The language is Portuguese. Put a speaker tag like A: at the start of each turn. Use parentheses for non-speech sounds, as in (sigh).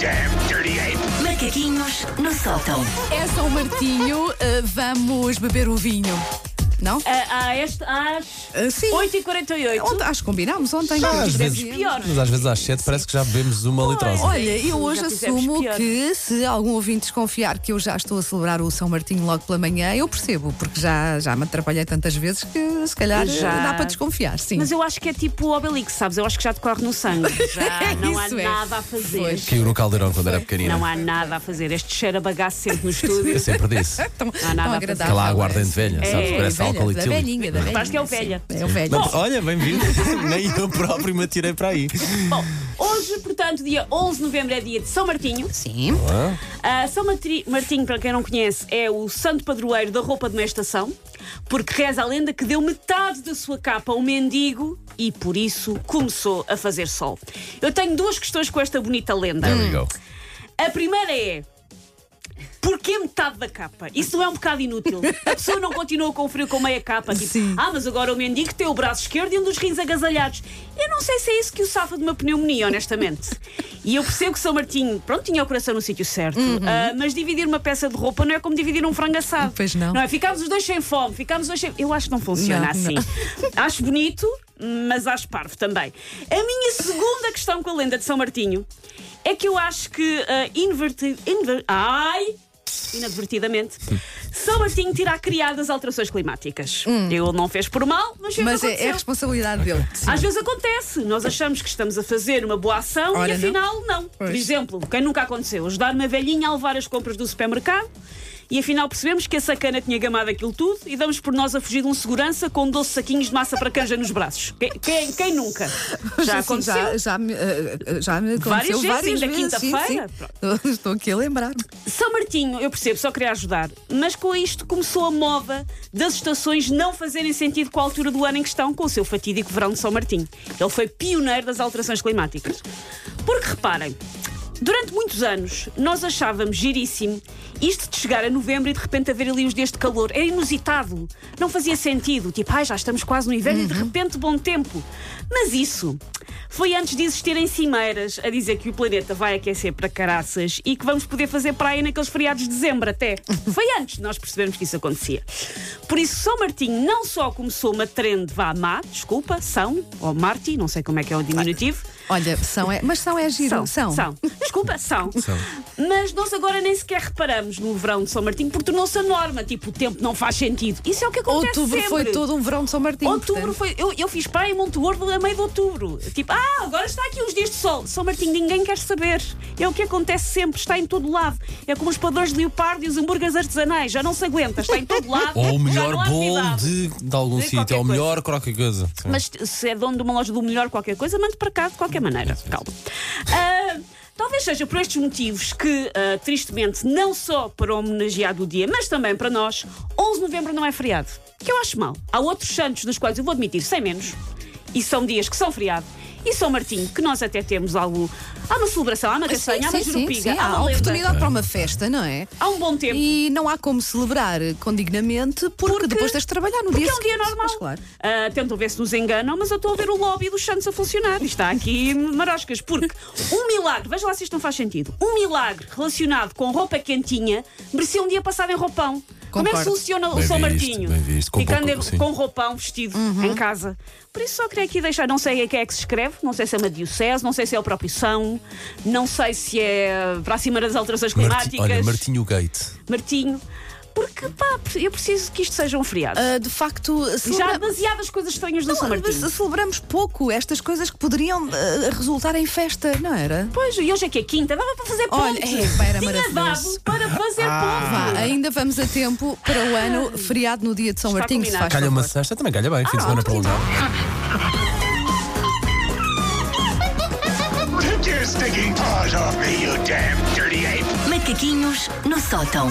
A: damn dirty ape!
B: Macaquinhos no sótão.
C: É São Martinho, eh, vamos beber um vinho. Não?
D: A, a este às
C: Ah, sim. É um
D: 8h48.
C: Ontem, acho que combinámos ontem.
E: Ah,
C: que
E: às vezes
C: dizia.
D: Piores.
E: Mas às vezes às 7 parece que já bebemos uma litrosa.
C: Olha, eu hoje
D: Já fizemos
C: assumo
D: pior.
C: que se algum ouvinte desconfiar que eu já estou a celebrar o São Martinho logo pela manhã, eu percebo, porque já, já me atrapalhei tantas vezes que se calhar eh,
D: Já.
C: dá para desconfiar, sim.
D: Mas eu acho que é tipo o Obelix, sabes? Eu acho que já decorre
C: (laughs)
D: no sangue. Já não há
C: Isso é.
D: nada a fazer.
C: Pois.
E: Caiu no caldeirão quando era pequenina.
D: Não há nada a fazer. Este cheiro a bagaço sempre no
C: (laughs)
E: Eu
D: estúdio.
E: sempre
D: (laughs)
E: disse.
C: tão,
D: há nada
C: tão
D: a fazer.
C: agradável.
E: Aquela água
C: é.
E: ardente velha,
D: É,
E: sabes? Parece
C: velha,
E: álcool
C: da
E: etílico.
C: velhinha, da velhinha.
D: Acho que é o
C: sim.
D: velha.
C: É o velho.
E: Mas, olha, bem-vindo. (laughs) Nem eu próprio me atirei para aí.
D: Bom, hoje, portanto, dia 11 de novembro é dia de São Martinho.
C: Sim.
D: Ah, São Matri- Martinho, para quem não conhece, é o santo padroeiro da roupa de uma estação, porque reza a lenda que deu metade da sua capa a um mendigo e por isso começou a fazer sol. Eu tenho duas questões com esta bonita lenda.
C: Hum.
E: There we go.
D: A primeira é. Porquê metade da capa? Isso não é um bocado inútil. A pessoa não continua com frio com meia capa. Tipo,
C: Sim.
D: ah, mas agora o mendigo tem o braço esquerdo e um dos rins agasalhados. Eu não sei se é isso que o safa de uma pneumonia, honestamente. E eu percebo que São Martinho, pronto, tinha o coração no sítio certo,
C: Uhum.
D: ah, mas dividir uma peça de roupa não é como dividir um frango assado.
C: Pois não.
D: Não é? Ficámos os dois sem fome, ficámos os dois sem. Eu acho que não funciona
C: Não,
D: assim.
C: (laughs)
D: Acho bonito, mas acho parvo também. A minha segunda questão com a lenda de São Martinho é que eu acho que ah, inverti- inver- Ai! Inadvertidamente, São Martinho terá criado as alterações climáticas. Ele não fez por mal, mas, fez
C: Hum. Mas é- é,
D: aconteceu. Ah,
C: a responsabilidade
D: (laughs)
C: dele. Sim.
D: Às vezes acontece, nós achamos que estamos a fazer uma boa ação
C: Ora,
D: e
C: não.
D: afinal não. Por
C: Pois.
D: exemplo, quem nunca aconteceu, ajudar uma velhinha a levar as compras do supermercado e afinal percebemos que a sacana tinha gamado aquilo tudo e damos por nós a fugir de um segurança com 12 saquinhos de massa para canja nos braços. Quem, quem- quem nunca? Já
C: Assim,
D: aconteceu.
C: (laughs) Já, já, me, eh, eh, já me aconteceu
D: Várias vezes,
C: várias
D: ainda
C: vezes. sim,
D: quinta-feira.
C: sim. (laughs) Estou aqui a lembrar-me.
D: São Martinho, eu percebo, só queria ajudar, mas com isto começou a moda das estações não fazerem sentido com a altura do ano em que estão, com o seu fatídico verão de São Martinho. Ele foi pioneiro das alterações climáticas. Porque reparem, durante muitos anos nós achávamos giríssimo isto de chegar a novembro e de repente haver ali os dias de calor. Era inusitado, não fazia sentido. Tipo, ai, já estamos quase no inverno e de repente bom tempo. Mas isso foi antes de existirem cimeiras a dizer que o planeta vai aquecer para caraças e que vamos poder fazer praia naqueles feriados de dezembro até. Foi antes de nós percebermos que isso acontecia. Por isso, São Martinho não só começou uma trend vá má, desculpa, São, ou Marti, não sei como é que é o diminutivo.
C: Olha, são é, mas são é giro.
D: São. Desculpa, são. Mas nós agora nem sequer reparamos no verão de São Martinho porque tornou-se a norma. Tipo, o tempo não faz sentido. Isso é o que acontece
C: Outubro
D: sempre.
C: foi todo um verão de São Martinho.
D: Outubro
C: portanto.
D: foi. Eu, eu fiz praia em Monte Gordo a meio de outubro. Tipo, ah, agora está aqui uns dias de sol. São Martinho, ninguém quer saber. É o que acontece sempre, está em todo lado. É como os padrões de leopardo e os hambúrgueres artesanais. Já não se aguenta, está em todo lado.
E: Ou o
D: Hum. Já
E: melhor
D: não há
E: bolo
D: atividade.
E: de, de algum
D: De
E: sítio, ou o
D: qualquer
E: melhor qualquer coisa. Sim.
D: Mas se é dono de uma loja do melhor qualquer coisa, mande para cá de qualquer maneira. Calma. Ah, talvez seja por estes motivos que, ah, tristemente, não só para o homenageado do dia, mas também para nós, 11 de novembro não é feriado. Que eu acho mal. Há outros santos dos quais eu vou admitir sem menos, e são dias que são feriado. E São Martinho, que nós até temos algo. Há uma celebração, há uma castanha, há uma
C: sim, sim,
D: jurupiga,
C: sim.
D: há
C: Há
D: uma lenda.
C: oportunidade para uma festa, não é?
D: Há um bom tempo.
C: E não há como celebrar com dignamente porque, depois tens de trabalhar no
D: Porque
C: dia
D: é um dia
C: seguinte.
D: normal.
C: Mas claro.
D: Ah, tentam ver se nos enganam, mas eu estou a ver o lobby dos Santos a funcionar. E está aqui maroscas. Porque um milagre, veja lá se isto não faz sentido, um milagre relacionado com roupa quentinha merecia um dia passado em roupão. Como é que
C: Concordo.
D: soluciona o
E: Bem
D: São
E: visto,
D: Martinho?
E: bem visto. Com
D: Ficando
E: pouco-
D: em-
E: sim.
D: com roupão vestido em casa. Por isso só queria aqui deixar, não sei a que é que se escreve, não sei se é uma diocese, não sei se é o próprio São, não sei se é para a Cimeira das Alterações
E: Marti-
D: Climáticas,
E: olha, Martinho Gate.
D: Martinho. Porque pá, eu preciso que isto seja um feriado.
C: Ah, de facto,
D: Já há
C: celebra...
D: demasiadas coisas estranhas no São Martinho.
C: Não, celebramos pouco estas coisas que poderiam ah, resultar em festa, não era?
D: Pois, e hoje é que é quinta, dava para fazer ponte.
C: Olha, é, pá, era
D: Tinha dado
C: maravilhoso.
D: para fazer
C: Ah, Vá,
D: ponte.
C: ainda vamos a tempo para o ano feriado no dia de São
D: Está
C: Martinho. se
D: combinado.
C: faz
E: Calha uma
C: favor.
E: sexta, também calha
D: Ah,
E: bem, fim de semana prolongado.
A: Take your stinking paws off me, you damn dirty ape!
B: Macaquinhos no sótão.